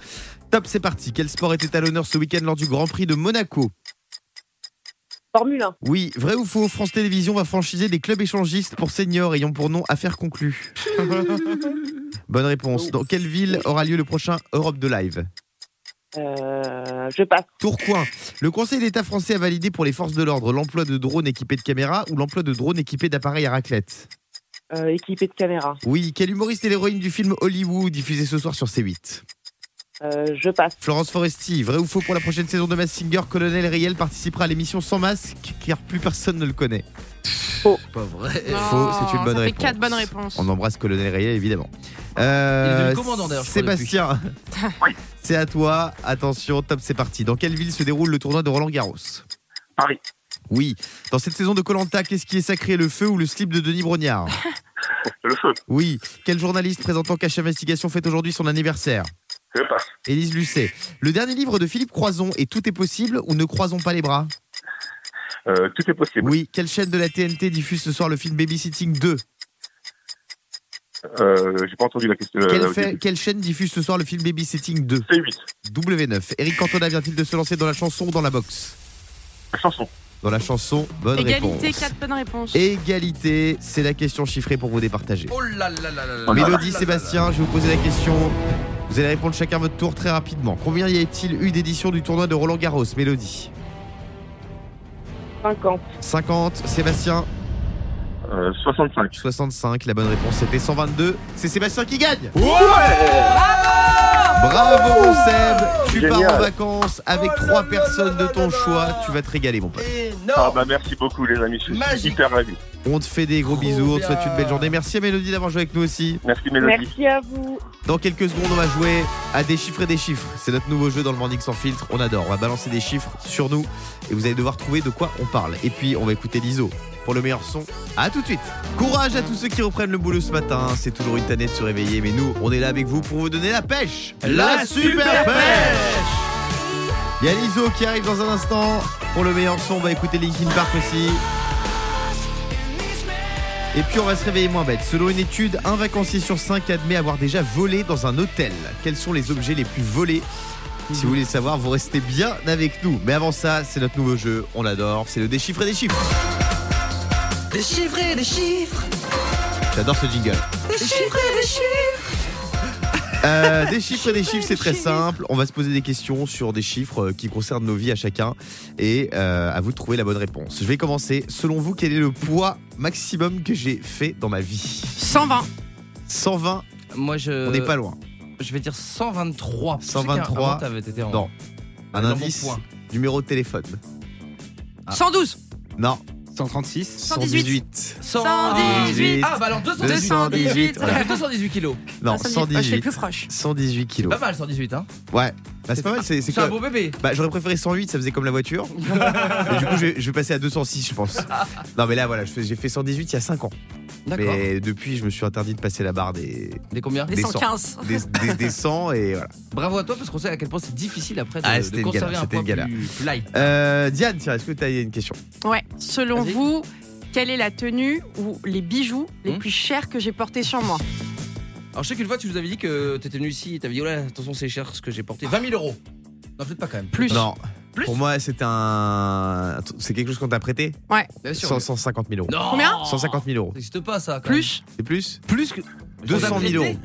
Speaker 3: Top, c'est parti. Quel sport était à l'honneur ce week-end lors du Grand Prix de Monaco
Speaker 7: Formule 1.
Speaker 3: Oui, vrai ou faux France Télévisions va franchiser des clubs échangistes pour seniors ayant pour nom affaire conclue. Bonne réponse. Dans quelle ville aura lieu le prochain Europe de Live
Speaker 7: Euh, je passe.
Speaker 3: Tourcoing. Le Conseil d'État français a validé pour les forces de l'ordre l'emploi de drones équipés de caméras ou l'emploi de drones équipés d'appareils à raclette.
Speaker 7: Euh, équipé de caméra.
Speaker 3: Oui, quel humoriste est l'héroïne du film Hollywood diffusé ce soir sur C8
Speaker 7: Euh, je passe.
Speaker 3: Florence Foresti, vrai ou faux pour la prochaine saison de Mass Singer, Colonel Riel participera à l'émission Sans Masque car plus personne ne le connaît.
Speaker 4: Pas vrai.
Speaker 3: Faux, c'est une bonne
Speaker 1: ça
Speaker 3: réponse.
Speaker 1: fait 4 bonnes réponses.
Speaker 3: On embrasse Colonel Riel évidemment. Euh,
Speaker 4: Il est devenu commandant, d'ailleurs, je crois,
Speaker 3: Sébastien,
Speaker 8: Oui.
Speaker 3: c'est à toi. Attention, top, c'est parti. Dans quelle ville se déroule le tournoi de Roland Garros
Speaker 8: Paris.
Speaker 3: Oui. Dans cette saison de Colanta, qu'est-ce qui est sacré, le feu ou le slip de Denis Brognard
Speaker 8: Le feu.
Speaker 3: Oui. Quel journaliste présentant Cache Investigation fête aujourd'hui son anniversaire
Speaker 8: Je passe.
Speaker 3: Élise Lucet. Le dernier livre de Philippe Croison est Tout est possible ou Ne croisons pas les bras
Speaker 8: Euh, tout est
Speaker 4: Eh ben.
Speaker 8: possible.
Speaker 3: Oui. Quelle chaîne de la TNT diffuse ce soir le film Babysitting 2
Speaker 8: Euh, j'ai pas entendu la question.
Speaker 3: Quelle,
Speaker 8: euh,
Speaker 3: fait-
Speaker 8: au début.
Speaker 3: quelle chaîne diffuse ce soir le film Babysitting 2
Speaker 8: C'est 8.
Speaker 3: W9. Eric Cantona vient-il de se lancer dans la chanson ou dans la boxe
Speaker 8: La chanson.
Speaker 3: dans la chanson. Bonne
Speaker 1: Égalité,
Speaker 3: réponse.
Speaker 1: quatre bonnes réponses.
Speaker 3: Égalité, c'est la question chiffrée pour vous départager.
Speaker 4: Oh là là là là là.
Speaker 3: Mélodie, Sébastien, je vais vous poser la question. Vous allez répondre chacun votre tour très rapidement. Combien y a-t-il eu d'éditions du tournoi de Roland Garros, Mélodie
Speaker 7: 50.
Speaker 3: 50, Sébastien
Speaker 8: Euh, 65.
Speaker 3: 65, la bonne réponse c'était 122. C'est Sébastien qui gagne Bravo Seb Tu pars en
Speaker 8: Génial.
Speaker 3: vacances avec
Speaker 4: Oh là
Speaker 3: trois
Speaker 4: là
Speaker 3: personnes
Speaker 4: là
Speaker 3: de ton
Speaker 4: là
Speaker 3: choix.
Speaker 4: là.
Speaker 3: Tu vas te régaler mon pote.
Speaker 8: Ah
Speaker 10: Oh.
Speaker 4: Énorme.
Speaker 8: bah merci beaucoup les amis, je
Speaker 4: Magique.
Speaker 8: suis hyper ravi.
Speaker 3: On te fait des gros
Speaker 4: Trop
Speaker 3: bisous, on te
Speaker 4: bien.
Speaker 3: souhaite une belle journée. Merci à Mélodie d'avoir joué avec nous aussi.
Speaker 8: Merci Mélodie.
Speaker 7: Merci à vous.
Speaker 3: Dans quelques secondes, on va jouer à des chiffres et des chiffres. C'est notre nouveau jeu dans le Morning sans filtre. On adore. On va balancer des chiffres sur nous et vous allez devoir trouver de quoi on parle. Et puis, on va écouter l'ISO pour le meilleur son. À tout de suite. Courage à tous ceux qui reprennent le boulot ce matin. C'est toujours une tannée de se réveiller, mais nous, on est là avec vous pour vous donner la pêche.
Speaker 4: La super
Speaker 3: Il y a l'ISO qui arrive dans un instant. Pour le meilleur son, on va écouter Linkin Park aussi. Et puis on va se réveiller moins bête. Selon une étude, un vacancier sur cinq admet avoir déjà volé dans un hôtel. Quels sont les objets les plus volés Si vous voulez le savoir, vous restez bien avec nous. Mais avant ça, c'est notre nouveau jeu, on l'adore, c'est le déchiffrer des chiffres.
Speaker 2: Déchiffrer les chiffres.
Speaker 3: J'adore ce jingle. Euh, des chiffres et des chiffres, c'est très simple. On va se poser des questions sur des chiffres euh, qui concernent nos vies à chacun et euh, à vous de trouver la bonne réponse. Je vais commencer. Selon vous, quel est le poids maximum que j'ai fait dans ma vie
Speaker 1: 120.
Speaker 3: 120,
Speaker 4: Moi je.
Speaker 3: on n'est pas loin.
Speaker 4: Je vais dire 123.
Speaker 3: 123.
Speaker 4: Avant, t'avais- t'étais en-
Speaker 3: Non. Un
Speaker 4: dans mon
Speaker 3: indice,
Speaker 4: point.
Speaker 3: numéro de téléphone. Ah.
Speaker 1: 112.
Speaker 3: Non,
Speaker 5: 136.
Speaker 3: 118.
Speaker 1: 118.
Speaker 4: Ah bah alors 218.
Speaker 1: 218.
Speaker 4: Ça fait 218 kilos.
Speaker 3: Non,
Speaker 1: Ah, 118. Ah, je suis
Speaker 3: 118.
Speaker 1: plus proche.
Speaker 3: 118 kilos.
Speaker 4: Pas mal 118 hein.
Speaker 3: Ouais, Bah, c'est pas mal, c'est c'est
Speaker 4: C'est un
Speaker 3: quoi
Speaker 4: beau bébé.
Speaker 3: Bah, j'aurais préféré 108, ça faisait comme la voiture. Et du coup, je vais, je vais passer à 206, je pense. Non, mais là, voilà, je fais- j'ai fait 118 il y a 5 ans.
Speaker 4: D'accord.
Speaker 3: Mais depuis, je me suis interdit de passer la barre des,
Speaker 4: Des combien
Speaker 1: Des
Speaker 3: Des
Speaker 1: 115.
Speaker 3: des, des- des 100 et voilà.
Speaker 4: Bravo à toi parce qu'on sait à quel point c'est difficile après de,
Speaker 3: Ah,
Speaker 4: de
Speaker 3: c'était une
Speaker 4: conserver
Speaker 3: galère,
Speaker 4: un
Speaker 3: c'était
Speaker 4: poids
Speaker 3: une galère.
Speaker 4: plus plus light.
Speaker 3: Euh, Diane, tiens, est-ce que tu as une question
Speaker 1: Ouais. Selon
Speaker 4: Vas-y.
Speaker 1: vous, quelle est la tenue ou les bijoux les
Speaker 3: Mmh.
Speaker 4: Hmm
Speaker 1: plus chers que j'ai portés sur moi
Speaker 4: Alors je sais qu'une fois tu nous avais dit que t'étais venu ici et t'avais dit oh là attention c'est cher ce que j'ai porté 20 000 euros. Non peut-être pas quand même.
Speaker 1: Plus.
Speaker 3: Non.
Speaker 4: Plus
Speaker 3: Pour moi, c'est un. C'est quelque chose qu'on t'a prêté
Speaker 4: Bien sûr.
Speaker 3: 100, 150 000 euros.
Speaker 4: Non.
Speaker 1: Combien
Speaker 3: 150 000 euros.
Speaker 4: Ça n'existe pas ça. quand
Speaker 1: Plus,
Speaker 3: C'est plus
Speaker 4: même. Plus que.
Speaker 3: 200 000 euros.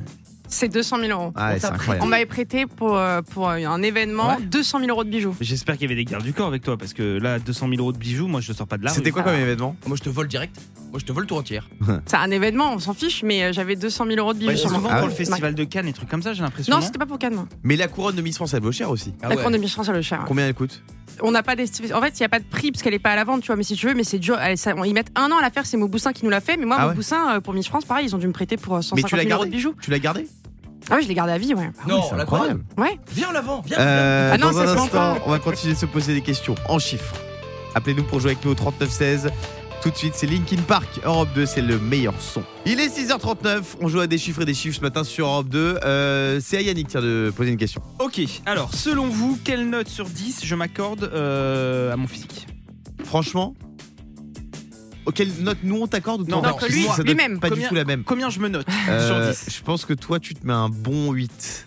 Speaker 1: c'est 200 000 euros.
Speaker 3: Ah,
Speaker 4: On
Speaker 3: ouais, c'est
Speaker 4: t'a
Speaker 1: On
Speaker 3: incroyable.
Speaker 1: m'avait prêté pour, euh, pour euh, un événement 200 000 euros de bijoux.
Speaker 5: J'espère qu'il y avait des gardes du corps avec toi parce que là, 200 000 euros de bijoux, moi je sors pas de là.
Speaker 3: C'était quoi comme événement
Speaker 4: Moi je te vole direct. Moi je te vole tout entière.
Speaker 1: C'est un événement, on s'en fiche, mais euh, j'avais 200 000 euros de bijoux
Speaker 5: Souvent
Speaker 1: sur moi.
Speaker 5: pour
Speaker 3: Ah
Speaker 5: le
Speaker 3: ouais.
Speaker 5: festival de Cannes et trucs comme ça, j'ai l'impression.
Speaker 1: Non, c'était pas pour Cannes.
Speaker 3: Mais la couronne de Miss France, elle vaut cher aussi.
Speaker 4: Ah
Speaker 1: La
Speaker 4: ouais.
Speaker 1: couronne de Miss France, elle est chère. ouais.
Speaker 3: Combien elle coûte
Speaker 1: On n'a pas d'estimation. En fait, il n'y a pas de prix parce qu'elle n'est pas à la vente, tu vois. Mais si tu veux, mais c'est dur. Elle- ça- on- ils mettent un an à la faire. C'est Mauboussin qui nous l'a fait. Mais moi,
Speaker 3: Ah ouais
Speaker 1: Mauboussin, euh, pour Miss France, pareil, ils ont dû me prêter pour euh, 150
Speaker 3: l'as
Speaker 1: 000 euros
Speaker 3: gardé
Speaker 1: de bijoux.
Speaker 3: Tu l'as gardée
Speaker 1: Ah oui, je l'ai gardé à vie, ouais.
Speaker 3: Ah oui,
Speaker 4: Non
Speaker 3: c'est
Speaker 4: la couronne.
Speaker 3: incroyable.
Speaker 4: Viens en l'avant. Viens.
Speaker 3: Euh,
Speaker 1: Ah non,
Speaker 3: dans un
Speaker 1: ça se vend
Speaker 3: instant,
Speaker 1: pas.
Speaker 3: on va continuer de se poser des questions en chiffres. Appelez-nous pour jouer avec nous au 3916. Tout de suite, c'est Linkin Park. Europe 2, c'est le meilleur son. Il est 6h39. On joue à des chiffres et des chiffres ce matin sur Europe 2. Euh, c'est à Yannick tiens, de poser une question.
Speaker 5: Ok, alors selon vous, quelle note sur 10 je m'accorde euh, à mon physique
Speaker 3: Franchement, oh, quelle note nous on t'accorde ou toi,
Speaker 5: Non,
Speaker 3: on
Speaker 5: non,
Speaker 3: t'accorde
Speaker 5: que lui-
Speaker 3: Ça doit
Speaker 1: lui-même.
Speaker 3: Pas du
Speaker 5: Combien-
Speaker 3: tout la même.
Speaker 5: Combien je me note
Speaker 3: Euh,
Speaker 5: sur 10
Speaker 3: je pense que toi, tu te mets un bon 8.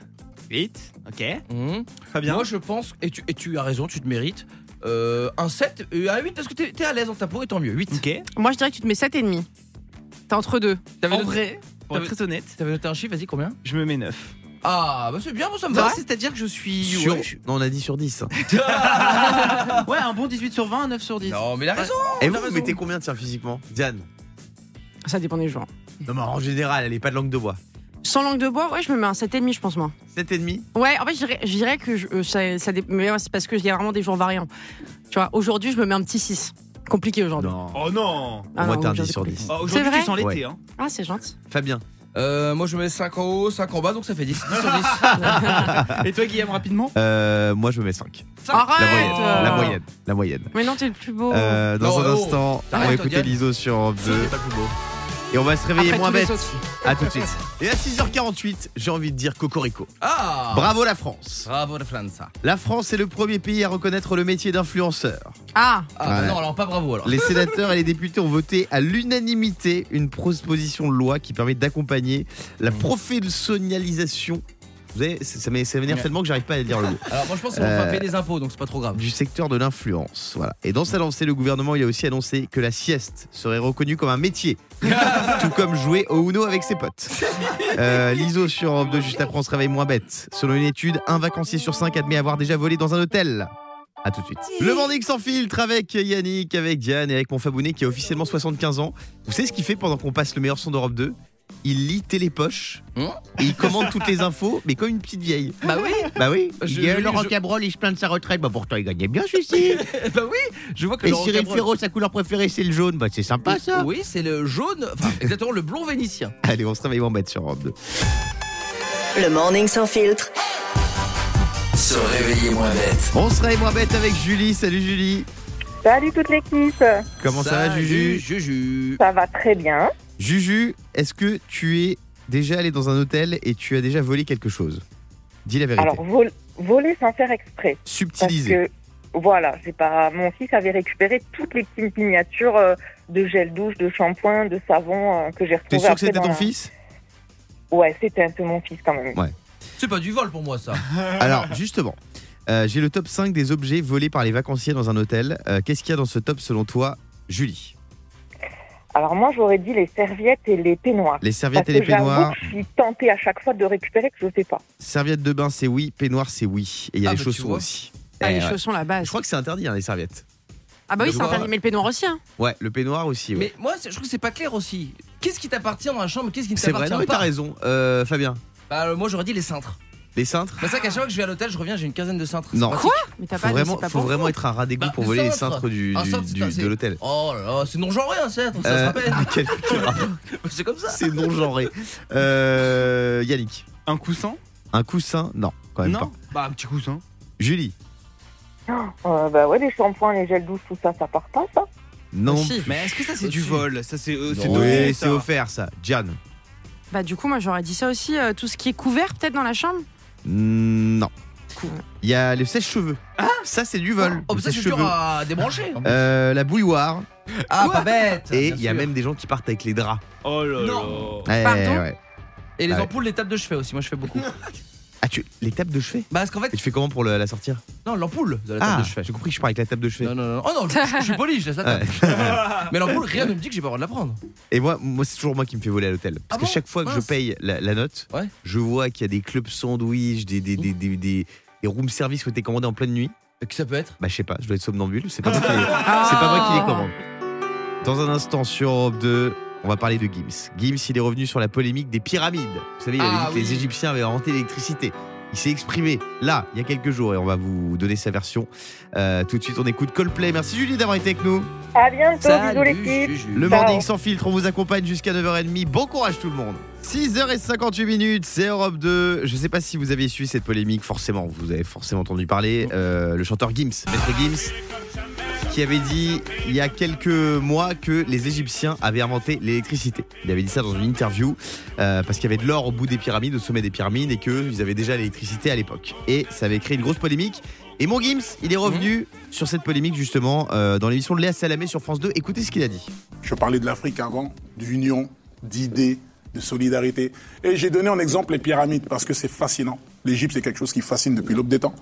Speaker 5: 8. Ok.
Speaker 4: Hum.
Speaker 5: Fabien
Speaker 4: Moi je pense, et tu, et tu as raison, tu te mérites, euh, un 7, et un 8 parce que t'es t'es à l'aise dans ta peau et tant mieux. 8.
Speaker 5: Ok.
Speaker 1: Moi, je dirais que tu te mets 7,5. T'es entre deux.
Speaker 4: T'avais
Speaker 5: En
Speaker 4: noté,
Speaker 5: vrai, pour être très honnête,
Speaker 4: t'avais noté un chiffre, vas-y combien
Speaker 5: je me mets 9.
Speaker 4: Ah bah c'est bien, moi ça me
Speaker 5: Non,
Speaker 4: va.
Speaker 5: C'est-à-dire que je suis.
Speaker 3: Sur-
Speaker 5: Ouais, je-
Speaker 3: Non, on a dit sur 10. hein.
Speaker 5: ouais, un bon 18 sur 20, un 9 sur 10.
Speaker 4: Non mais la raison
Speaker 3: et
Speaker 4: on
Speaker 3: vous,
Speaker 4: a
Speaker 3: vous
Speaker 4: raison.
Speaker 3: mettez combien, tiens, physiquement Diane
Speaker 1: Ça dépend des jours.
Speaker 3: Non, mais en général, elle est pas de langue de bois.
Speaker 1: Sans langue de bois, ouais, je me mets un 7,5, je pense, moi.
Speaker 3: 7,5
Speaker 1: Ouais, en fait, je dirais- je dirais que je- euh, ça, ça dé- mais ouais, c'est parce qu'il y a vraiment des jours variants. Tu vois, aujourd'hui, je me mets un petit 6. Compliqué aujourd'hui.
Speaker 3: Non.
Speaker 5: Oh non
Speaker 1: Ah
Speaker 3: Moi,
Speaker 1: non,
Speaker 3: t'as un
Speaker 1: aujourd'hui,
Speaker 3: 10 sur 10.
Speaker 1: compliqué.
Speaker 5: Oh, Aujourd'hui,
Speaker 1: vrai
Speaker 5: tu sens l'été.
Speaker 3: Ouais.
Speaker 5: Hein.
Speaker 1: Ah, c'est gentil.
Speaker 3: Fabien.
Speaker 4: Euh, moi je me mets 5 en haut, 5 en bas, donc ça fait 10. 10 sur 10.
Speaker 5: Et toi, Guillaume, rapidement
Speaker 3: Euh, moi, je me mets 5.
Speaker 1: Arrête
Speaker 3: La moyenne.
Speaker 1: euh.
Speaker 3: La moyenne. La moyenne.
Speaker 1: Mais non, t'es le plus beau.
Speaker 3: Euh, dans
Speaker 4: Non,
Speaker 3: un
Speaker 4: oh,
Speaker 3: instant, on va
Speaker 4: t'arrêtes,
Speaker 3: écouter
Speaker 4: Diane.
Speaker 3: l'ISO sur Europe 2. Et on va se réveiller
Speaker 1: Après
Speaker 3: moins
Speaker 1: tous les
Speaker 3: bête.
Speaker 1: autres.
Speaker 3: À tout de suite. Et à 6h48, j'ai envie de dire Cocorico.
Speaker 4: Ah
Speaker 3: Bravo la France.
Speaker 4: Bravo la France. Ah,
Speaker 3: La France est le premier pays à reconnaître le métier d'influenceur.
Speaker 1: Ah,
Speaker 4: bah
Speaker 3: Ouais.
Speaker 4: non, alors pas bravo alors.
Speaker 3: Les sénateurs et les députés ont voté à l'unanimité une proposition de loi qui permet d'accompagner la professionnalisation Vous savez, ça, ça m'é- ça m'énerve
Speaker 4: Ouais.
Speaker 3: tellement que j'arrive pas à dire le mot.
Speaker 4: Alors, moi, je pense qu'on va
Speaker 3: Euh,
Speaker 4: payer des impôts, donc c'est pas trop grave.
Speaker 3: du secteur de l'influence. Voilà. Et dans sa lancée, le gouvernement il a aussi annoncé que la sieste serait reconnue comme un métier, tout comme jouer au Uno avec ses potes. Euh, L'ISO sur Europe 2 juste après on se réveille moins bête. Selon une étude, un vacancier sur cinq admet avoir déjà volé dans un hôtel. A tout de suite. Le Vendée sans filtre avec Yannick, avec Diane et avec mon Fabounet qui a officiellement 75 ans. Vous savez ce qu'il fait pendant qu'on passe le meilleur son d'Europe 2 Il lit Télépoche
Speaker 4: Hein
Speaker 3: et il commande toutes les infos, mais comme une petite vieille.
Speaker 4: Bah oui.
Speaker 3: Bah oui,
Speaker 4: Je-
Speaker 3: il y a
Speaker 4: je-
Speaker 3: Laurent
Speaker 4: je-
Speaker 3: Cabrol, il se plaint de sa retraite. Bah pourtant, il gagnait bien celui-ci.
Speaker 4: bah oui, je vois que
Speaker 3: Et
Speaker 4: Laurent
Speaker 3: Cyril
Speaker 4: Cabrol-
Speaker 3: Ferraud, sa couleur préférée, c'est le jaune. Bah c'est sympa ça.
Speaker 4: Oui, c'est le jaune, enfin exactement le blond vénitien.
Speaker 3: Allez, on se réveille en bête sur Europe 2.
Speaker 6: Le morning sans filtre.
Speaker 2: Se réveiller moins bête.
Speaker 3: On se réveille moins bête avec Julie. Salut Julie.
Speaker 7: Salut toute l'équipe.
Speaker 3: Comment ça, va Juju
Speaker 4: Juju.
Speaker 7: Ça va très bien.
Speaker 3: Juju, est-ce que tu es déjà allé dans un hôtel et tu as déjà volé quelque chose Dis la vérité.
Speaker 7: Alors, vol- voler sans faire exprès. Parce
Speaker 3: Subtilisé.
Speaker 7: que, voilà, j'ai pas... mon fils avait récupéré toutes les petites miniatures euh, de gel douche, de shampoing, de savon euh, que j'ai
Speaker 3: T'es
Speaker 7: retrouvé
Speaker 3: sûr que
Speaker 7: après
Speaker 3: c'était
Speaker 7: dans
Speaker 3: ton
Speaker 7: la-
Speaker 3: fils
Speaker 7: Ouais, c'était un peu mon fils quand même.
Speaker 4: C'est pas du vol pour moi ça.
Speaker 3: Alors, justement, euh, j'ai le top 5 des objets volés par les vacanciers dans un hôtel. Euh, Qu'est-ce qu'il y a dans ce top selon toi, Julie
Speaker 7: Alors, moi, j'aurais dit les serviettes et les peignoirs.
Speaker 3: Les serviettes
Speaker 7: Parce
Speaker 3: et
Speaker 7: que
Speaker 3: les
Speaker 7: j'avoue
Speaker 3: peignoirs.
Speaker 7: que Je suis tentée à chaque fois de récupérer que je sais pas.
Speaker 3: Serviette de bain, c'est oui. Peignoir, c'est oui. Et il y a
Speaker 4: Ah,
Speaker 3: les
Speaker 4: bah, tu
Speaker 3: chaussons
Speaker 4: vois.
Speaker 3: aussi.
Speaker 1: Ah,
Speaker 3: Eh,
Speaker 1: les
Speaker 3: ouais.
Speaker 1: chaussons, la base.
Speaker 3: Je crois que c'est interdit, hein, les serviettes.
Speaker 1: Ah bah oui,
Speaker 4: Je
Speaker 1: c'est
Speaker 4: vois.
Speaker 1: interdit, mais le peignoir aussi. Hein.
Speaker 3: Ouais, le peignoir aussi. ouais.
Speaker 4: Mais moi c'est- je trouve que c'est pas clair aussi. Qu'est-ce qui t'appartient dans la chambre, qu'est-ce qui ne
Speaker 3: C'est vrai,
Speaker 4: t'appartient
Speaker 3: non, mais t'as
Speaker 4: pas
Speaker 3: raison. Euh, Fabien,
Speaker 4: Bah euh, moi j'aurais dit les cintres.
Speaker 3: les cintres
Speaker 4: C'est ça qu'à chaque fois que je vais à l'hôtel, je reviens, j'ai une quinzaine de cintres.
Speaker 3: Non.
Speaker 4: C'est
Speaker 1: Quoi
Speaker 4: pratique.
Speaker 1: Mais t'as
Speaker 3: Faut
Speaker 1: pas
Speaker 3: vraiment,
Speaker 1: c'est pas
Speaker 3: faut
Speaker 1: pour vous.
Speaker 3: vraiment être un rat d'égout
Speaker 4: Bah,
Speaker 3: pour
Speaker 4: les
Speaker 3: voler les
Speaker 4: cintres.
Speaker 3: cintres du,
Speaker 4: Un
Speaker 3: du-
Speaker 4: cintre, c'est
Speaker 3: du-
Speaker 4: un- c'est-
Speaker 3: de l'hôtel.
Speaker 4: Oh là là, c'est non genré un cintre, ça
Speaker 3: Euh,
Speaker 4: se rappelle.
Speaker 3: à quel cul, hein.
Speaker 4: C'est comme ça.
Speaker 3: C'est non genré. Euh, Yannick,
Speaker 5: Un coussin
Speaker 3: un coussin Non, quand même
Speaker 5: Non
Speaker 3: pas.
Speaker 5: Bah, un petit coussin.
Speaker 3: Julie,
Speaker 7: Euh, bah ouais, les shampoings, les gels douches, tout ça, ça part pas, ça
Speaker 4: Bah,
Speaker 3: non.
Speaker 1: Si.
Speaker 5: Mais est-ce que ça, Ah, c'est du
Speaker 4: Aussi.
Speaker 5: vol Ça, c'est euh, c'est
Speaker 3: Oui,
Speaker 5: donné,
Speaker 3: c'est
Speaker 5: ça.
Speaker 3: offert ça. Jan,
Speaker 1: Bah du coup, moi j'aurais dit ça aussi, euh, tout ce qui est couvert peut-être dans la chambre.
Speaker 3: non.
Speaker 1: Cool.
Speaker 3: Il y a le sèche-cheveux. ça c'est du vol.
Speaker 4: Oh,
Speaker 3: le
Speaker 4: mais ça, je suis
Speaker 3: sèche-cheveux.
Speaker 4: dur à débrancher.
Speaker 3: Euh, la bouilloire
Speaker 4: Ah, pas bête.
Speaker 3: et
Speaker 4: bien
Speaker 3: il y a
Speaker 4: sûr.
Speaker 3: même des gens qui partent avec les draps.
Speaker 5: Oh là
Speaker 4: Non.
Speaker 5: là.
Speaker 3: Ouais,
Speaker 1: Pardon
Speaker 3: ouais.
Speaker 4: Et les
Speaker 3: Ouais.
Speaker 4: ampoules, les tables de chevet aussi, moi je fais beaucoup.
Speaker 3: Ah tu les tables de chevet
Speaker 4: bah parce qu'en fait,
Speaker 3: Et tu fais comment pour le- la sortir
Speaker 4: non, l'ampoule de la table
Speaker 3: Ah,
Speaker 4: de chevet.
Speaker 3: j'ai compris que je pars avec la table de chevet.
Speaker 4: Non, non, non. Oh non, je, je suis poli, je laisse la table. Mais l'ampoule, rien ne me dit que j'ai pas le droit de la prendre.
Speaker 3: Et moi, moi c'est toujours moi qui me fais voler à l'hôtel. Parce
Speaker 4: Ah
Speaker 3: que
Speaker 4: bon
Speaker 3: chaque fois que je
Speaker 4: Mince.
Speaker 3: paye la, la note,
Speaker 4: Ouais.
Speaker 3: je vois qu'il y a des clubs sandwich, des, des, des, des, des- des room service qui ont été commandés en pleine nuit.
Speaker 4: Qui ça peut être
Speaker 3: Bah, je sais pas, je dois être somnambule. C'est pas, moi qui les- c'est pas moi qui les commande. Dans un instant, sur Europe 2, on va parler de Gims. Gims, il est revenu sur la polémique des pyramides. Vous savez, il avait
Speaker 4: Ah
Speaker 3: dit que
Speaker 4: oui.
Speaker 3: les Égyptiens avaient inventé l'électricité. Il s'est exprimé là, il y a quelques jours, et on va vous donner sa version. Euh, tout de suite, on écoute Coldplay. Merci Julie d'avoir été avec nous.
Speaker 7: À bientôt, bisous l'équipe
Speaker 4: Juju.
Speaker 3: Le
Speaker 7: Ciao.
Speaker 3: Morning sans filtre, on vous accompagne jusqu'à 9h30. Bon courage tout le monde. 6h58 minutes, c'est Europe 2. Je sais pas si vous avez suivi cette polémique, forcément, vous avez forcément entendu parler. Euh, le chanteur Gims, Maître Gims, qui avait dit il y a quelques mois que les Égyptiens avaient inventé l'électricité. Il avait dit ça dans une interview euh, parce qu'il y avait de l'or au bout des pyramides, au sommet des pyramides, et qu'ils avaient déjà l'électricité à l'époque. Et ça avait créé une grosse polémique. Et mon Gims, il est revenu sur cette polémique justement euh, dans l'émission de Léa Salamé sur France 2. Écoutez ce qu'il a dit.
Speaker 10: Je parlais de l'Afrique avant, d'union, d'idées, de solidarité. Et j'ai donné en exemple les pyramides parce que c'est fascinant. L'Égypte, c'est quelque chose qui fascine depuis l'aube des temps.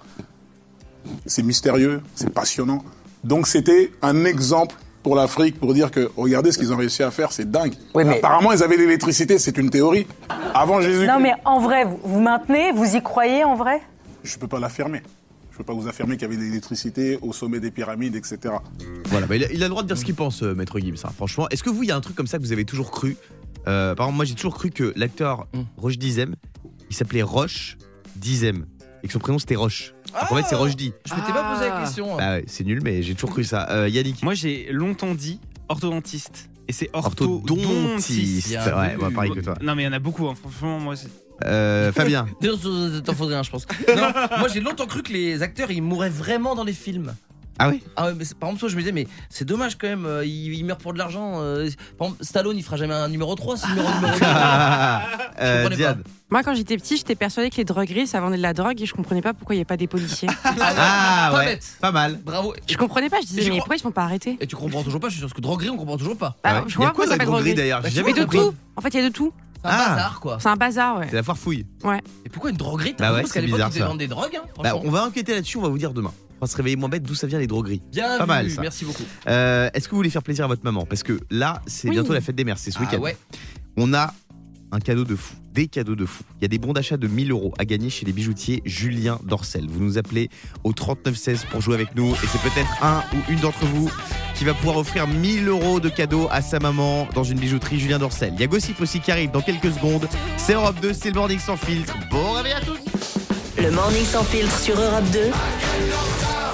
Speaker 10: C'est mystérieux, c'est passionnant. Donc c'était un exemple pour l'Afrique pour dire que regardez ce qu'ils ont réussi à faire, c'est dingue. Apparemment, ils avaient l'électricité, c'est une théorie. Avant Jésus,
Speaker 11: Non, mais en vrai, vous, vous maintenez Vous y croyez en vrai
Speaker 10: je ne peux pas l'affirmer. Je ne peux pas vous affirmer qu'il y avait de l'électricité au sommet des pyramides, etc.
Speaker 3: Voilà, bah, il, a, il a le droit de dire ce qu'il pense, euh, Maître Gims, hein, franchement. Est-ce que vous, il y a un truc comme ça que vous avez toujours cru Euh, Par exemple, moi, j'ai toujours cru que l'acteur
Speaker 4: Mm.
Speaker 3: Roche Dizem, il s'appelait Roche Dizem. Et que son prénom, c'était Roche. Donc, en fait,
Speaker 4: Ah
Speaker 3: c'est Roche Di.
Speaker 4: Je m'étais pas posé la
Speaker 1: Ah.
Speaker 4: question.
Speaker 3: Bah ouais, c'est nul, mais j'ai toujours cru ça. Euh, Yannick,
Speaker 5: Moi, j'ai longtemps dit orthodontiste. Et c'est orthodontiste.
Speaker 3: orthodontiste. Ouais, bah, pareil que toi.
Speaker 5: Non, mais il y en a beaucoup, hein. franchement, moi. c'est-
Speaker 3: Euh, Fabien,
Speaker 4: Ah. D'ailleurs, ça- ça T'en faudrait un, je pense. Non, moi j'ai longtemps cru que les acteurs ils mouraient vraiment dans les films.
Speaker 3: Ah oui
Speaker 4: Ah ouais, mais c'est- par exemple, toi je me disais, mais c'est dommage quand même, euh, il, il meurt pour de l'argent. euh, par exemple, Stallone il fera jamais un numéro 3, c'est numéro numéro 2.
Speaker 3: Ah, euh,
Speaker 4: comprenais
Speaker 3: Diane.
Speaker 1: Moi quand j'étais petit, j'étais persuadée que les drogueries ça vendait de la drogue et je comprenais pas pourquoi il y a pas des policiers.
Speaker 3: Ah
Speaker 4: pas
Speaker 3: ouais,
Speaker 4: bête.
Speaker 3: pas mal.
Speaker 4: Bravo.
Speaker 1: je comprenais pas, je
Speaker 4: Et
Speaker 1: disais
Speaker 4: je
Speaker 1: mais
Speaker 4: crois-
Speaker 1: pourquoi ils se font pas arrêter
Speaker 4: Et tu comprends toujours pas, je suis sûr, parce que droguerie on comprend toujours pas.
Speaker 1: Bah,
Speaker 3: Ah ouais. Il y
Speaker 1: je
Speaker 3: a
Speaker 1: vois pas
Speaker 3: quoi
Speaker 1: pourquoi ça
Speaker 3: dans la
Speaker 1: s'appelle
Speaker 3: droguerie
Speaker 1: droguerie.
Speaker 3: d'ailleurs J'ai
Speaker 4: Mais
Speaker 3: jamais
Speaker 1: Mais de
Speaker 3: compris.
Speaker 1: tout En fait, il y a de tout.
Speaker 4: C'est un
Speaker 3: Ah.
Speaker 4: bazar, quoi.
Speaker 1: C'est un bazar, ouais.
Speaker 3: C'est la foire fouille.
Speaker 1: Ouais.
Speaker 4: Et pourquoi une droguerie
Speaker 3: Bah ouais,
Speaker 4: Parce
Speaker 3: c'est
Speaker 4: qu'à l'époque,
Speaker 3: bizarre
Speaker 4: ils
Speaker 3: ça.
Speaker 4: vendaient des drogues. hein,
Speaker 3: Bah,
Speaker 4: franchement.
Speaker 3: on va enquêter là-dessus, on va vous dire demain. On va se réveiller moins bête d'où ça vient les drogueries.
Speaker 4: Bien
Speaker 3: Pas
Speaker 4: vu,
Speaker 3: mal ça.
Speaker 4: merci beaucoup.
Speaker 3: Euh, Est-ce que vous voulez faire plaisir à votre maman Parce que là, c'est
Speaker 4: Oui.
Speaker 3: bientôt la fête des mères, c'est ce
Speaker 4: Ah
Speaker 3: week-end.
Speaker 4: ouais.
Speaker 3: On a un cadeau de fou, des cadeaux de fou. Il y a des bons d'achat de 1000 euros à gagner chez les bijoutiers Julien Dorcel. Vous nous appelez au 3916 pour jouer avec nous et c'est peut-être un ou une d'entre vous qui va pouvoir offrir 1000 euros de cadeaux à sa maman dans une bijouterie Julien Dorcel. Il y a Gossip aussi qui arrive dans quelques secondes. C'est Europe 2, c'est le Morning sans filtre. Bon réveil à tous
Speaker 6: Le morning sans filtre sur Europe 2.